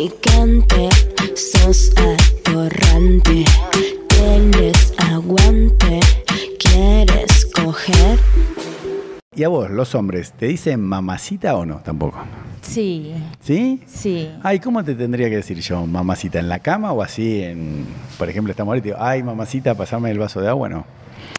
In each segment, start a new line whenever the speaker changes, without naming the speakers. atorrante, sos atorrante. Tienes aguante, quieres coger.
¿Y a vos, los hombres, te dicen mamacita o no? Tampoco.
Sí,
¿Sí?
sí.
Ay, ¿cómo te tendría que decir yo? ¿Mamacita en la cama o así? En, por ejemplo, estamos ahorita y digo, ay, mamacita, pasame el vaso de agua, no.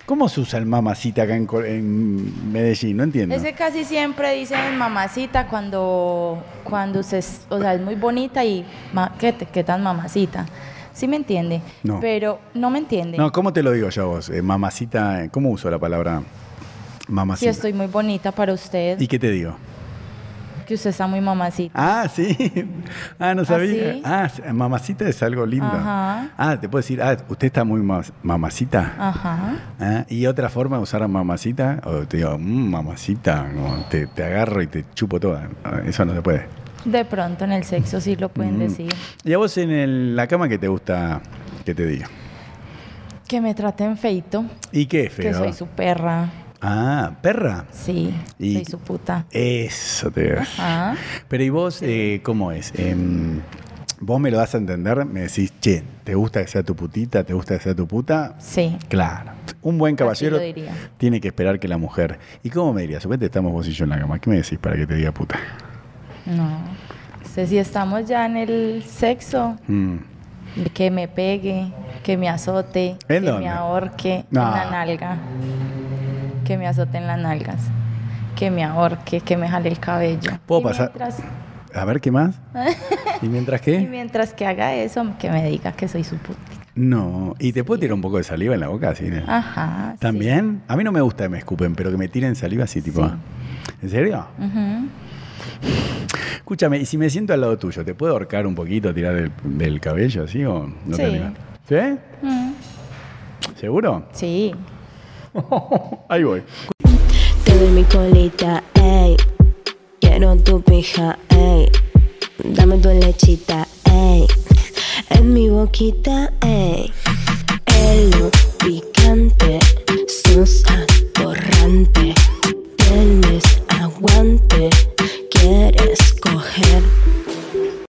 ¿Cómo se usa el mamacita acá en, Col- en Medellín? No entiendo.
Es que casi siempre dicen mamacita cuando, cuando se, es- o sea, es muy bonita y ma- ¿qué, te- qué tan mamacita. Sí me entiende,
No.
pero no me entiende.
No, ¿cómo te lo digo yo a vos? Eh, mamacita, eh, ¿cómo uso la palabra
si
mamacita?
estoy muy bonita para usted,
¿Y qué te digo?
que usted está muy mamacita.
Ah, sí. Ah, no sabía.
sí?
Ah, s- mamacita es algo lindo.
Ajá.
Ah, te puedo decir, ah, usted está muy mas- mamacita.
Ajá.
Ah, ¿Y otra forma de usar a mamacita? O te digo, "Mm, mamacita, como te, te agarro y te chupo toda. Ah, Eso no se puede.
De pronto en el sexo sí lo pueden
Mm.
decir.
¿Y a vos en el- la cama qué te gusta que te diga?
Que me traten feito,
¿Y qué es
que
feo?
soy su perra.
Ah, perra.
Sí,
Y-
soy su puta. Ah,
Eso te digo.
Ajá.
Pero ¿y vos eh, cómo es? Em, vos me lo das a entender, me decís, che, ¿te gusta que sea tu putita? ¿Te gusta que sea tu puta?
Sí.
Claro. Un buen caballero
lo diría.
tiene que esperar que la mujer. ¿Y cómo me dirías? Suponete estamos vos y yo en la cama. ¿Qué me decís para que te diga puta?
No. No sé si estamos ya en el sexo.
Mm.
Que me pegue, que me azote, que
dónde?
me ahorque
Ah.
en la nalga. Que me azote en las nalgas. Que me ahorque, que me jale el cabello.
¿Puedo
Y
pasar? ¿Eh?
Mientras,
A ver, ¿qué más? ¿Y mientras
y
qué?
mientras que haga eso, que me diga que soy su puta.
No. ¿Y te puedo tirar un poco de saliva en la boca? Así, ¿no?
Ajá. Ah, sí.
¿También? A mí no me gusta que me escupen, pero que me tiren saliva así, tipo.
Sí. Mm.
¿En serio?
Ujú.
Escúchame, y si me siento al lado tuyo, ¿te puedo ahorcar un poquito, tirar del, del cabello así o no te
Sí.
animás? ¿Sí?
Mm.
¿Seguro?
Sí.
Ahí voy.
Te doy mi colita, ey. Quiero tu pija, ey. Dame tu lechita, ey. En mi boquita, ey. Elo picante, sos